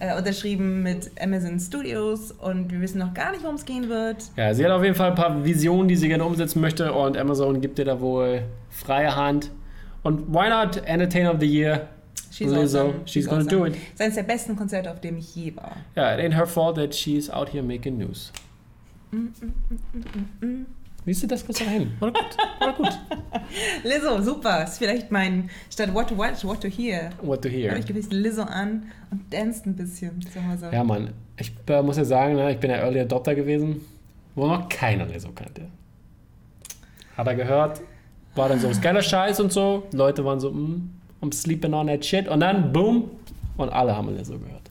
[SPEAKER 1] äh, unterschrieben mit Amazon Studios und wir wissen noch gar nicht, worum es gehen wird.
[SPEAKER 2] Ja, sie hat auf jeden Fall ein paar Visionen, die sie gerne umsetzen möchte. Und Amazon gibt ihr da wohl freie Hand. Und why not Entertainer of the Year?
[SPEAKER 1] She's
[SPEAKER 2] Lizzo,
[SPEAKER 1] awesome.
[SPEAKER 2] she's gonna do it.
[SPEAKER 1] Das ist eines der besten Konzerte, auf dem ich je war.
[SPEAKER 2] Ja, it ain't her fault that she's out here making news.
[SPEAKER 1] Mm,
[SPEAKER 2] Siehst du, das kriegst du hin. War doch gut. War doch gut.
[SPEAKER 1] Lizzo, super. Ist vielleicht mein, statt What to Watch, What to Hear.
[SPEAKER 2] What to hear.
[SPEAKER 1] Habe ich gewusst, Lizzo an und danced ein bisschen zu Hause.
[SPEAKER 2] Ja, Mann. Ich äh, muss ja sagen, ne, ich bin ja Early Adopter gewesen, wo noch keiner Lizzo kannte. Hat er gehört, war dann so, ist geiler Scheiß und so. Leute waren so, mm, I'm sleeping on that shit. Und dann, boom, und alle haben Lizzo gehört.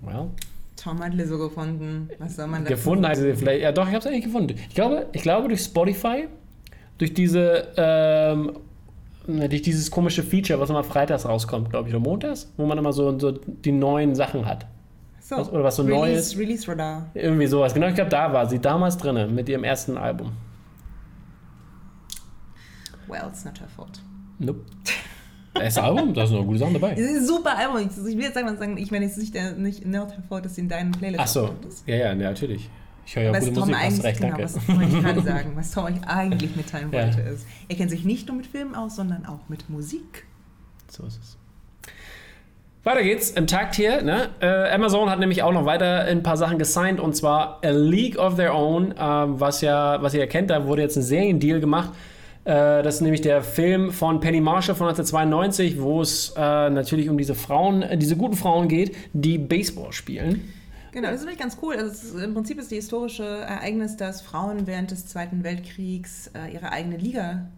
[SPEAKER 2] Well,
[SPEAKER 1] Tom hat Lizzo gefunden. Was soll man da?
[SPEAKER 2] gefunden hat sie vielleicht, ja doch, ich hab's eigentlich gefunden. Ich glaube, ich glaube durch Spotify, durch diese, ähm, ne, durch dieses komische Feature, was immer freitags rauskommt, glaube ich, oder montags, wo man immer so, so die neuen Sachen hat.
[SPEAKER 1] So,
[SPEAKER 2] was- oder was so
[SPEAKER 1] Release,
[SPEAKER 2] Neues?
[SPEAKER 1] Release Radar.
[SPEAKER 2] Irgendwie sowas. Genau, ich glaube, da war sie damals drin mit ihrem ersten Album.
[SPEAKER 1] Well, it's not her fault.
[SPEAKER 2] Nope. Das Album, da sind noch gute Sachen dabei.
[SPEAKER 1] Es ist ein super Album. Ich ich will jetzt einfach sagen, ich meine, es ist nicht, der- nicht not her fault, dass sie in deinen Playlist
[SPEAKER 2] Ach so.
[SPEAKER 1] aufgetaucht ist.
[SPEAKER 2] Ja, ja, ja, natürlich. Ich höre ja
[SPEAKER 1] Was
[SPEAKER 2] gute
[SPEAKER 1] Tom
[SPEAKER 2] Musik,
[SPEAKER 1] eigentlich,
[SPEAKER 2] hast recht,
[SPEAKER 1] genau,
[SPEAKER 2] danke.
[SPEAKER 1] was wollte ich gerade sagen, was Tom euch eigentlich mitteilen
[SPEAKER 2] Ja.
[SPEAKER 1] wollte, ist, er kennt sich nicht nur mit Filmen aus, sondern auch mit Musik.
[SPEAKER 2] So ist es. Weiter geht's im Takt hier. Ne? Äh, Amazon hat nämlich auch noch weiter ein paar Sachen gesigned und zwar A League of Their Own, ähm, was ja, was ihr erkennt, da wurde jetzt ein Seriendeal gemacht. Äh, das ist nämlich der Film von Penny Marshall von 1992, wo es äh, natürlich um diese Frauen, äh, diese guten Frauen geht, die Baseball spielen.
[SPEAKER 1] Genau, das ist wirklich ganz cool. Also es ist, Im Prinzip ist die historische Ereignis, dass Frauen während des Zweiten Weltkriegs äh, ihre eigene Liga,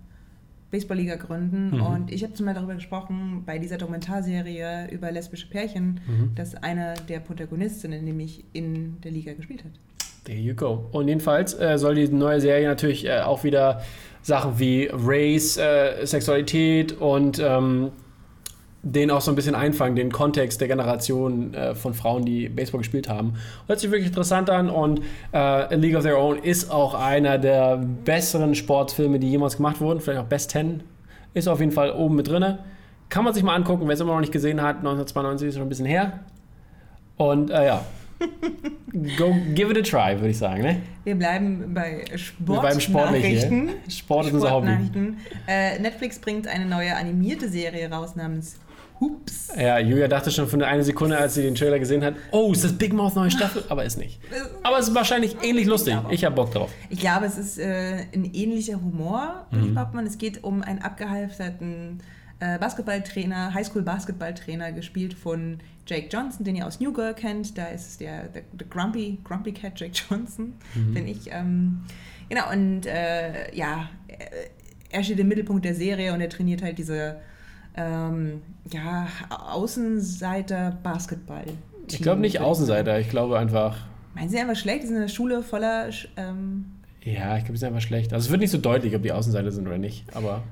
[SPEAKER 1] Baseballliga gründen.
[SPEAKER 2] Mhm.
[SPEAKER 1] Und ich habe zum Beispiel darüber gesprochen bei dieser Dokumentarserie über lesbische Pärchen,
[SPEAKER 2] Mhm.
[SPEAKER 1] dass eine der Protagonistinnen nämlich in der Liga gespielt hat.
[SPEAKER 2] There you go. Und jedenfalls äh, soll die neue Serie natürlich äh, auch wieder Sachen wie Race, äh, Sexualität und ähm, den auch so ein bisschen einfangen, den Kontext der Generation äh, von Frauen, die Baseball gespielt haben. Hört sich wirklich interessant an und äh, A League of Their Own ist auch einer der besseren Sportfilme, die jemals gemacht wurden, vielleicht auch Best Ten. Ist auf jeden Fall oben mit drinne. Kann man sich mal angucken, wer es immer noch nicht gesehen hat. 1992 ist schon ein bisschen her. Und äh, ja, go give it a try, würde ich sagen. Ne?
[SPEAKER 1] Wir bleiben bei
[SPEAKER 2] Wir
[SPEAKER 1] Sport
[SPEAKER 2] bleiben sportlich
[SPEAKER 1] Nachrichten.
[SPEAKER 2] hier. ne? Sport ist unser Hobby.
[SPEAKER 1] Sportnachrichten. Äh, Netflix bringt eine neue animierte Serie raus namens Hoops.
[SPEAKER 2] Ja, Julia dachte schon für eine Sekunde, als sie den Trailer gesehen hat, oh, ist das Big Mouth neue Staffel? Aber ist nicht. Aber es ist wahrscheinlich ähnlich lustig. Ich hab Bock drauf.
[SPEAKER 1] Ich glaube, es ist äh, ein ähnlicher Humor, würde
[SPEAKER 2] Mhm.
[SPEAKER 1] ich behaupten. Es geht um einen abgehalfterten äh, Basketballtrainer, Highschool-Basketballtrainer, gespielt von Jake Johnson, den ihr aus New Girl kennt. Da ist es der, der, der Grumpy, Grumpy Cat Jake Johnson,
[SPEAKER 2] Mhm.
[SPEAKER 1] bin ich. Ähm, genau, und äh, ja, er- er steht im Mittelpunkt der Serie und er trainiert halt diese ähm, ja, Außenseiter-Basketball.
[SPEAKER 2] Ich glaube nicht Außenseiter, ich glaube einfach,
[SPEAKER 1] Meinen Sie einfach schlecht? Die sind in der Schule voller sch- ähm,
[SPEAKER 2] ja, ich glaube, es ist einfach schlecht. Also es wird nicht so deutlich, ob die Außenseiter sind oder nicht, aber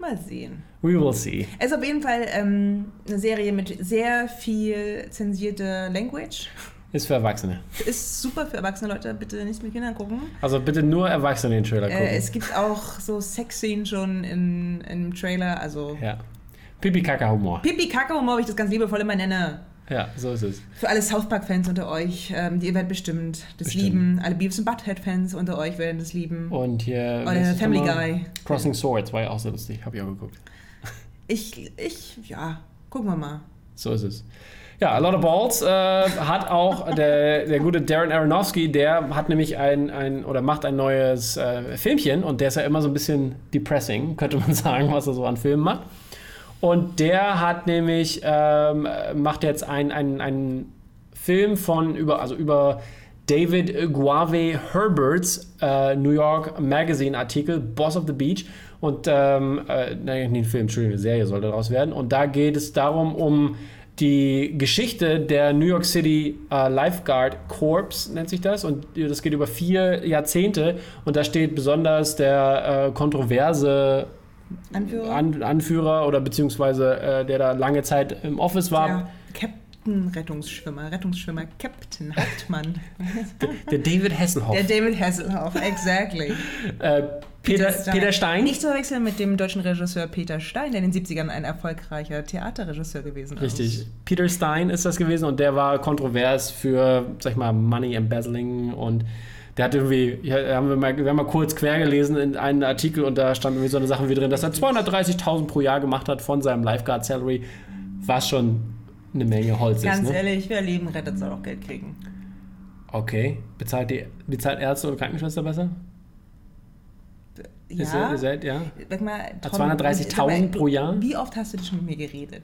[SPEAKER 1] Mal sehen.
[SPEAKER 2] we will see.
[SPEAKER 1] Es ist auf jeden Fall ähm, eine Serie mit sehr viel zensierter Language.
[SPEAKER 2] Ist für Erwachsene.
[SPEAKER 1] Ist super für erwachsene Leute. Bitte nicht mit Kindern gucken.
[SPEAKER 2] Also bitte nur Erwachsene den Trailer gucken.
[SPEAKER 1] Äh, es gibt auch so Sexszenen schon in, im Trailer. Also
[SPEAKER 2] ja. Pipi-Kaka-Humor.
[SPEAKER 1] Pipi-Kaka-Humor, wie ich das ganz liebevoll immer nenne.
[SPEAKER 2] Ja, so ist es.
[SPEAKER 1] Für alle South Park-Fans unter euch, ähm, die ihr werdet bestimmt das
[SPEAKER 2] Bestimmt. Oh.
[SPEAKER 1] lieben. Alle Beavis und Butthead-Fans unter euch werden das lieben.
[SPEAKER 2] Und hier.
[SPEAKER 1] Oder
[SPEAKER 2] wie ist das
[SPEAKER 1] Family
[SPEAKER 2] nochmal?
[SPEAKER 1] Guy.
[SPEAKER 2] Crossing Swords war ja auch so lustig, habe ich auch geguckt.
[SPEAKER 1] Ich, ich, ja, gucken wir mal.
[SPEAKER 2] So ist es. Ja, A Lot of Balls äh, hat auch der, der gute Darren Aronofsky, der hat nämlich ein, ein oder macht ein neues äh, Filmchen und der ist ja immer so ein bisschen depressing, könnte man sagen, was er so an Filmen macht. Und der hat nämlich, ähm, äh, macht jetzt einen ein Film von über, also über David Guave Herberts äh, New York Magazine Artikel Boss of the Beach und ähm, äh, nein, nicht ein Film, Entschuldigung, eine Serie soll daraus werden und da geht es darum um die Geschichte der New York City äh, Lifeguard Corps nennt sich das und äh, das geht über vier Jahrzehnte und da steht besonders der äh, kontroverse
[SPEAKER 1] Anführer?
[SPEAKER 2] An Anführer oder beziehungsweise äh, der da lange Zeit im Office war,
[SPEAKER 1] Der Captain Rettungsschwimmer, Rettungsschwimmer Captain Hartmann.
[SPEAKER 2] der David Hasselhoff.
[SPEAKER 1] Der David Hasselhoff, exactly.
[SPEAKER 2] äh, Peter,
[SPEAKER 1] Stein.
[SPEAKER 2] Peter Stein.
[SPEAKER 1] Nicht zu verwechseln mit dem deutschen Regisseur Peter Stein, der in den 70ern ein erfolgreicher Theaterregisseur gewesen ist.
[SPEAKER 2] Richtig. Peter Stein ist das gewesen und der war kontrovers für, sag ich mal, Money Embezzling und der hat irgendwie, ja, haben wir, mal, wir haben mal kurz quer gelesen in einen Artikel und da stand irgendwie so eine Sache wie drin, dass er 230.000 pro Jahr gemacht hat von seinem Lifeguard-Salary, was schon eine Menge Holz ist.
[SPEAKER 1] Ganz
[SPEAKER 2] Ne?
[SPEAKER 1] ehrlich, wer Leben rettet, soll auch Geld kriegen.
[SPEAKER 2] Okay. Bezahlt, die, bezahlt Ärzte und Krankenschwester besser? Ist
[SPEAKER 1] Ja,
[SPEAKER 2] er, ist er, ja.
[SPEAKER 1] sag mal, Tom,
[SPEAKER 2] 230.000 pro Jahr?
[SPEAKER 1] Wie oft hast du schon mit mir geredet?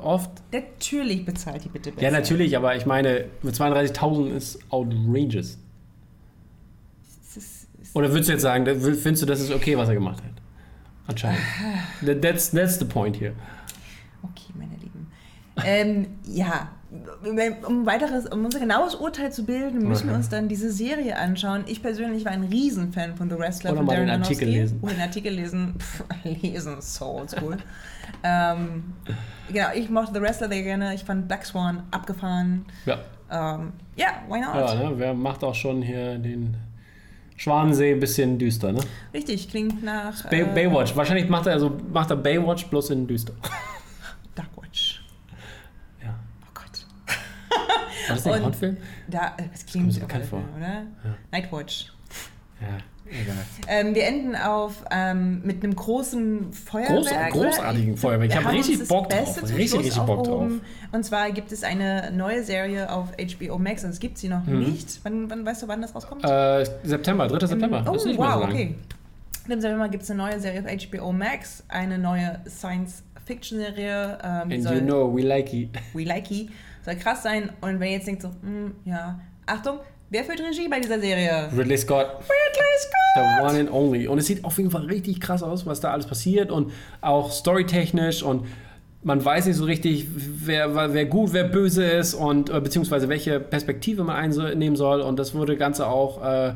[SPEAKER 2] Oft.
[SPEAKER 1] Natürlich bezahlt die bitte besser.
[SPEAKER 2] Ja, natürlich, aber ich meine, mit 32.000 ist outrageous.
[SPEAKER 1] Es ist- es ist-
[SPEAKER 2] Oder würdest du jetzt sagen, da- findest du, das ist okay, was er gemacht hat? Anscheinend. That- That's, that's the point here.
[SPEAKER 1] Okay, meine Lieben. ähm, ja, um weiteres, um unser genaues Urteil zu bilden, müssen wir
[SPEAKER 2] Okay.
[SPEAKER 1] uns dann diese Serie anschauen. Ich persönlich war ein Riesenfan von The Wrestler.
[SPEAKER 2] Oder
[SPEAKER 1] von
[SPEAKER 2] mal den
[SPEAKER 1] Darren
[SPEAKER 2] Artikel
[SPEAKER 1] Aronofsky.
[SPEAKER 2] lesen.
[SPEAKER 1] Oder den Artikel lesen. Pff, lesen, so cool. ähm, genau, ich mochte The Wrestler sehr gerne. Ich fand Black Swan abgefahren.
[SPEAKER 2] Ja,
[SPEAKER 1] Ähm, ja, why not?
[SPEAKER 2] ja ne? wer macht auch schon hier den Schwanensee ein bisschen düster, ne?
[SPEAKER 1] Richtig, klingt nach
[SPEAKER 2] Bay,
[SPEAKER 1] äh,
[SPEAKER 2] Baywatch. Wahrscheinlich macht er, also, macht er Baywatch bloß in düster.
[SPEAKER 1] Darkwatch.
[SPEAKER 2] Ja.
[SPEAKER 1] Oh Gott.
[SPEAKER 2] War das nicht ein
[SPEAKER 1] Und-
[SPEAKER 2] Hotfilm?
[SPEAKER 1] Da, das
[SPEAKER 2] kommt mir
[SPEAKER 1] klingt
[SPEAKER 2] so bekannt
[SPEAKER 1] irre,
[SPEAKER 2] vor.
[SPEAKER 1] oder? Nightwatch.
[SPEAKER 2] Ja, egal.
[SPEAKER 1] Ähm, wir enden auf ähm, mit einem großen Feuerwerk.
[SPEAKER 2] Groß,
[SPEAKER 1] oder?
[SPEAKER 2] großartigen Feuerwerk. Ich
[SPEAKER 1] Wir
[SPEAKER 2] habe
[SPEAKER 1] haben
[SPEAKER 2] richtig
[SPEAKER 1] uns das
[SPEAKER 2] Bock drauf.
[SPEAKER 1] Beste zum
[SPEAKER 2] Richtig,
[SPEAKER 1] Schluss
[SPEAKER 2] richtig Bock drauf.
[SPEAKER 1] aufgehoben. Und zwar gibt es eine neue Serie auf HBO Max. Also es gibt sie noch nicht. Wann, wann weißt du, wann das rauskommt?
[SPEAKER 2] Mhm. Äh, September, 3. September.
[SPEAKER 1] Oh,
[SPEAKER 2] ist nicht mehr so
[SPEAKER 1] wow,
[SPEAKER 2] lang.
[SPEAKER 1] okay. Im September gibt es eine neue Serie auf HBO Max, eine neue Science-Fiction-Serie. Ähm, die
[SPEAKER 2] And
[SPEAKER 1] soll
[SPEAKER 2] you know we like it.
[SPEAKER 1] We likey. Soll krass sein. Und wenn ihr jetzt denkt so, hm, ja. Achtung, wer führt Regie bei dieser Serie?
[SPEAKER 2] Ridley Scott.
[SPEAKER 1] Ridley Scott!
[SPEAKER 2] The one and only. Und es sieht auf jeden Fall richtig krass aus, was da alles passiert und auch storytechnisch und man weiß nicht so richtig, wer, wer gut, wer böse ist und äh, beziehungsweise welche Perspektive man einnehmen soll. Und das wurde Ganze auch äh,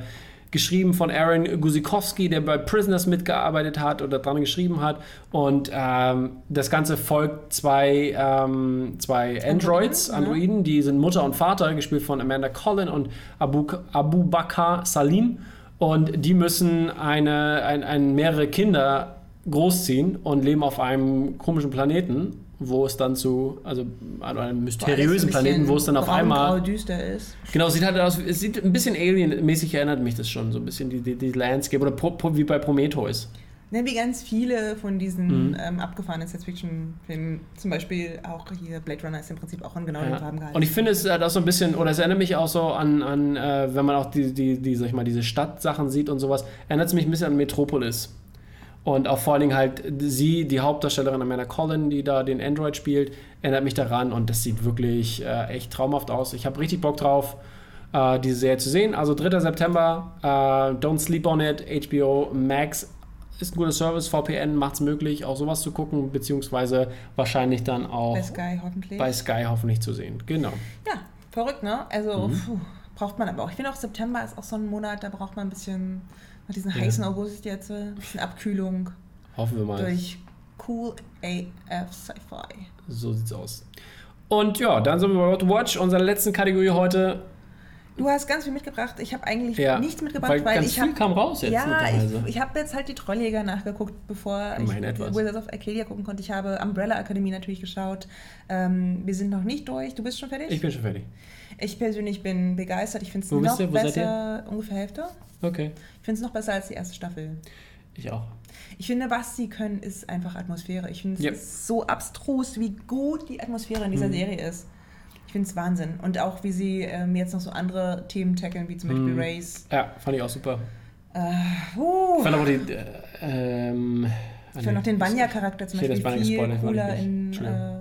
[SPEAKER 2] geschrieben von Aaron Gusikowski, der bei Prisoners mitgearbeitet hat oder dran geschrieben hat. Und ähm, das Ganze folgt zwei, ähm, zwei Androids,
[SPEAKER 1] Androiden, ne?
[SPEAKER 2] Androiden. Androiden, die sind Mutter und Vater, gespielt von Amanda Collin und Abu, Abu Bakr Salim. Und die müssen eine, ein, ein, mehrere Kinder großziehen und leben auf einem komischen Planeten, wo es dann zu, also an einem
[SPEAKER 1] Boah, alles
[SPEAKER 2] mysteriösen
[SPEAKER 1] ein
[SPEAKER 2] Planeten, wo es dann auf
[SPEAKER 1] bisschen braun-grau
[SPEAKER 2] einmal.
[SPEAKER 1] düster ist.
[SPEAKER 2] Genau, es sieht halt aus, es sieht ein bisschen alien-mäßig, erinnert mich das schon, so ein bisschen die, die, die Landscape oder pro, pro, wie bei Prometheus.
[SPEAKER 1] Ne, wie ganz viele von diesen
[SPEAKER 2] Mhm.
[SPEAKER 1] ähm, abgefahrenen Science-Fiction-Filmen, zum Beispiel auch hier Blade Runner ist im Prinzip auch in genau den
[SPEAKER 2] Ja.
[SPEAKER 1] Farben gehalten.
[SPEAKER 2] Und ich finde es hat auch so ein bisschen, oder es erinnert mich auch so an, an äh, wenn man auch die, die, die, sag ich mal, diese Stadtsachen sieht und sowas, erinnert es mich ein bisschen an Metropolis. Und auch vor allen Dingen halt sie, die Hauptdarstellerin Amanda Collin, die da den Android spielt, erinnert mich daran und das sieht wirklich äh, echt traumhaft aus. Ich habe richtig Bock drauf, äh, diese Serie zu sehen. Also 3. September, äh, Don't Sleep on It, HBO Max ist ein guter Service, VPN macht es möglich, auch sowas zu gucken, beziehungsweise wahrscheinlich dann auch
[SPEAKER 1] bei Sky hoffentlich.
[SPEAKER 2] bei Sky hoffentlich zu sehen. Genau.
[SPEAKER 1] ja, verrückt, ne? Also
[SPEAKER 2] Mhm.
[SPEAKER 1] puh, braucht man aber auch. Ich finde auch September ist auch so ein Monat, da braucht man ein bisschen nach diesem
[SPEAKER 2] Ja.
[SPEAKER 1] heißen August jetzt, äh, ein bisschen Abkühlung
[SPEAKER 2] Hoffen wir mal.
[SPEAKER 1] durch cool AF Sci-Fi.
[SPEAKER 2] So sieht's aus. Und ja, dann sind wir bei What to Watch, unserer letzten Kategorie heute.
[SPEAKER 1] Du hast ganz viel mitgebracht. Ich habe eigentlich
[SPEAKER 2] Ja,
[SPEAKER 1] nichts mitgebracht, weil,
[SPEAKER 2] ganz
[SPEAKER 1] ich
[SPEAKER 2] viel
[SPEAKER 1] habe.
[SPEAKER 2] kam raus jetzt
[SPEAKER 1] Ja,
[SPEAKER 2] mittlerweile.
[SPEAKER 1] ich, ich habe jetzt halt die Trolljäger nachgeguckt, bevor ich
[SPEAKER 2] Immerhin etwas.
[SPEAKER 1] Wizards of Arcadia gucken konnte. Ich habe Umbrella Academy natürlich geschaut. Ähm, wir sind noch nicht durch. Du bist schon fertig?
[SPEAKER 2] Ich bin schon fertig.
[SPEAKER 1] Ich persönlich bin begeistert. Ich finde es
[SPEAKER 2] Wo bist
[SPEAKER 1] noch
[SPEAKER 2] ihr? Wo seid
[SPEAKER 1] besser, ungefähr Hälfte.
[SPEAKER 2] Okay,
[SPEAKER 1] Ich finde es noch besser als die erste Staffel.
[SPEAKER 2] ich auch.
[SPEAKER 1] Ich finde, was sie können, ist einfach Atmosphäre. Ich finde es
[SPEAKER 2] Yep.
[SPEAKER 1] ist so abstrus, wie gut die Atmosphäre in dieser
[SPEAKER 2] Mhm.
[SPEAKER 1] Serie ist. Ich finde es Wahnsinn. Und auch, wie sie ähm, jetzt noch so andere Themen tackeln, wie zum Beispiel
[SPEAKER 2] Mhm.
[SPEAKER 1] Race.
[SPEAKER 2] Ja, fand ich auch super. Ich
[SPEAKER 1] Puh.
[SPEAKER 2] fand aber die. Äh, ähm,
[SPEAKER 1] Ich finde auch den Banja-Charakter zum
[SPEAKER 2] Ich hätte
[SPEAKER 1] Beispiel
[SPEAKER 2] das Banja
[SPEAKER 1] viel
[SPEAKER 2] gespoilert, wollte ich
[SPEAKER 1] cooler
[SPEAKER 2] nicht.
[SPEAKER 1] in. Äh,
[SPEAKER 2] Entschuldigung.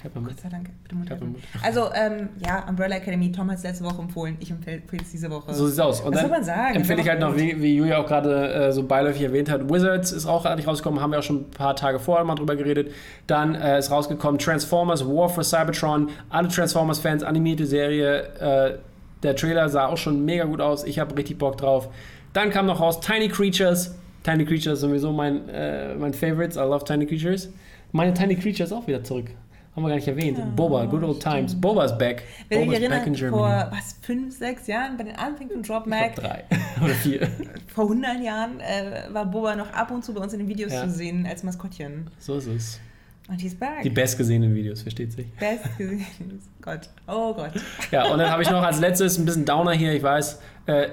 [SPEAKER 2] Ich hab mal mit.
[SPEAKER 1] Gott sei Dank, bitte Mund
[SPEAKER 2] Ich hab
[SPEAKER 1] halten.
[SPEAKER 2] Mund.
[SPEAKER 1] Also, ähm, ja, Umbrella Academy. Tom hat es letzte Woche empfohlen. Ich empfehle es diese Woche.
[SPEAKER 2] So sieht's aus. Und
[SPEAKER 1] Was
[SPEAKER 2] dann
[SPEAKER 1] soll man sagen?
[SPEAKER 2] empfehle ich halt noch, wie, wie Julia auch gerade äh, so beiläufig erwähnt hat, Wizards ist auch endlich rausgekommen, haben wir auch schon ein paar Tage vorher mal drüber geredet. Dann äh, ist rausgekommen Transformers War for Cybertron. Alle Transformers-Fans, animierte Serie. Äh, der Trailer sah auch schon mega gut aus. Ich habe richtig Bock drauf. Dann kam noch raus Tiny Creatures. Tiny Creatures ist sowieso mein, äh, mein Favorites. I love Tiny Creatures. Meine Tiny Creatures auch wieder zurück. Haben wir gar nicht erwähnt.
[SPEAKER 1] Ja,
[SPEAKER 2] Boba, good old times. Boba's back.
[SPEAKER 1] Wenn ihr
[SPEAKER 2] Boba's
[SPEAKER 1] euch erinnert, vor was, fünf, sechs Jahren, bei den Anfängen von Drop
[SPEAKER 2] Ich glaub,
[SPEAKER 1] Mac,
[SPEAKER 2] drei oder vier.
[SPEAKER 1] vor 100 Jahren äh, war Boba noch ab und zu bei uns in den Videos
[SPEAKER 2] Ja.
[SPEAKER 1] zu sehen als Maskottchen.
[SPEAKER 2] So ist es.
[SPEAKER 1] Und he's back.
[SPEAKER 2] Die bestgesehenen Videos, versteht sich.
[SPEAKER 1] Best gesehen. Gott. Oh Gott.
[SPEAKER 2] Ja, und dann habe ich noch als letztes ein bisschen Downer hier, ich weiß. Äh,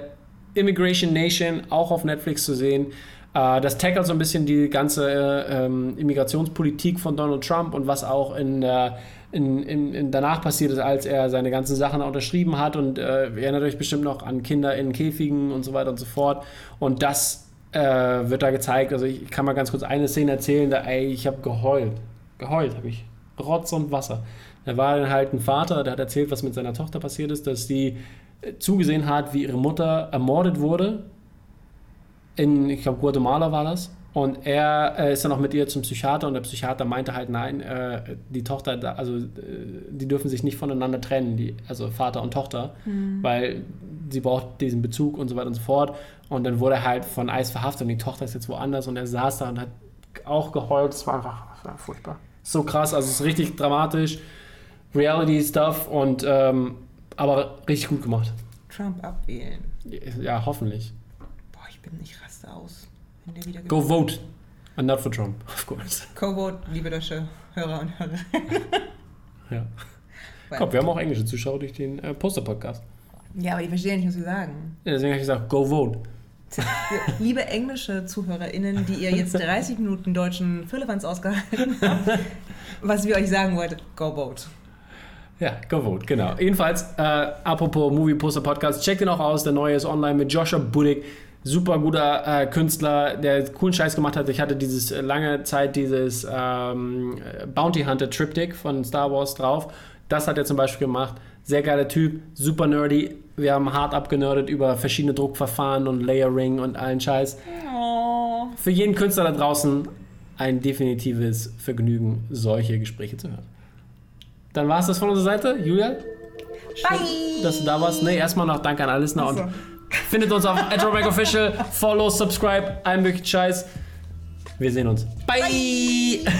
[SPEAKER 2] Immigration Nation, auch auf Netflix zu sehen. Äh, das tackelt so ein bisschen die ganze äh, ähm, Immigrationspolitik von Donald Trump und was auch in, äh, in, in, in danach passiert ist, als er seine ganzen Sachen unterschrieben hat. Und äh, ihr erinnert euch bestimmt noch an Kinder in Käfigen und so weiter und so fort. Und das äh, wird da gezeigt. Also ich kann mal ganz kurz eine Szene erzählen, da ey, ich habe geheult. Geheult habe ich. Rotz und Wasser. Da war dann halt ein Vater, der hat erzählt, was mit seiner Tochter passiert ist, dass die äh, zugesehen hat, wie ihre Mutter ermordet wurde. In, ich glaube, Guatemala war das. Und er äh, ist dann auch mit ihr zum Psychiater und der Psychiater meinte halt, nein, äh, die Tochter, da- also äh, die dürfen sich nicht voneinander trennen, die, also Vater und Tochter, weil sie braucht diesen Bezug und so weiter und so fort. Und dann wurde er halt von Eis verhaftet und die Tochter ist jetzt woanders und er saß da und hat auch geheult. Es war einfach es war furchtbar. So krass, also es ist richtig dramatisch. Reality-Stuff und ähm, aber richtig gut gemacht.
[SPEAKER 1] Trump abwählen.
[SPEAKER 2] Ja, hoffentlich.
[SPEAKER 1] Boah, ich bin nicht raste aus. Wenn der wieder
[SPEAKER 2] Go vote. And not for Trump, of course.
[SPEAKER 1] Go vote, liebe deutsche Hörer und Hörer.
[SPEAKER 2] Ja. Komm, wir haben auch englische Zuschauer durch den äh, Poster-Podcast.
[SPEAKER 1] Ja, aber die verstehen ja nicht, was wir sagen.
[SPEAKER 2] Ja, Deswegen habe ich gesagt, go vote.
[SPEAKER 1] Liebe englische ZuhörerInnen, die ihr jetzt 30 Minuten deutschen Firlefanz ausgehalten habt, was wir euch sagen wollten, go vote.
[SPEAKER 2] Ja, go vote, genau. Jedenfalls, äh, apropos Movie Poster Podcast, checkt ihn auch aus. Der neue ist online mit Joshua Buddick. Super guter äh, Künstler, der coolen Scheiß gemacht hat. Ich hatte dieses äh, lange Zeit dieses ähm, äh, Bounty Hunter Triptych von Star Wars drauf. Das hat er zum Beispiel gemacht. Sehr geiler Typ, super nerdy. Wir haben hart abgenerdet über verschiedene Druckverfahren und Layering und allen Scheiß.
[SPEAKER 1] Oh.
[SPEAKER 2] Für jeden Künstler da draußen ein definitives Vergnügen, solche Gespräche zu hören. Dann war es das von unserer Seite. Julia,
[SPEAKER 1] Bye!
[SPEAKER 2] dass du da warst. Nee, erstmal noch Danke an Alisna
[SPEAKER 1] Ach so.
[SPEAKER 2] und findet uns auf Adroback Official, follow, subscribe, allen möglichen Scheiß. Wir sehen uns. Bye.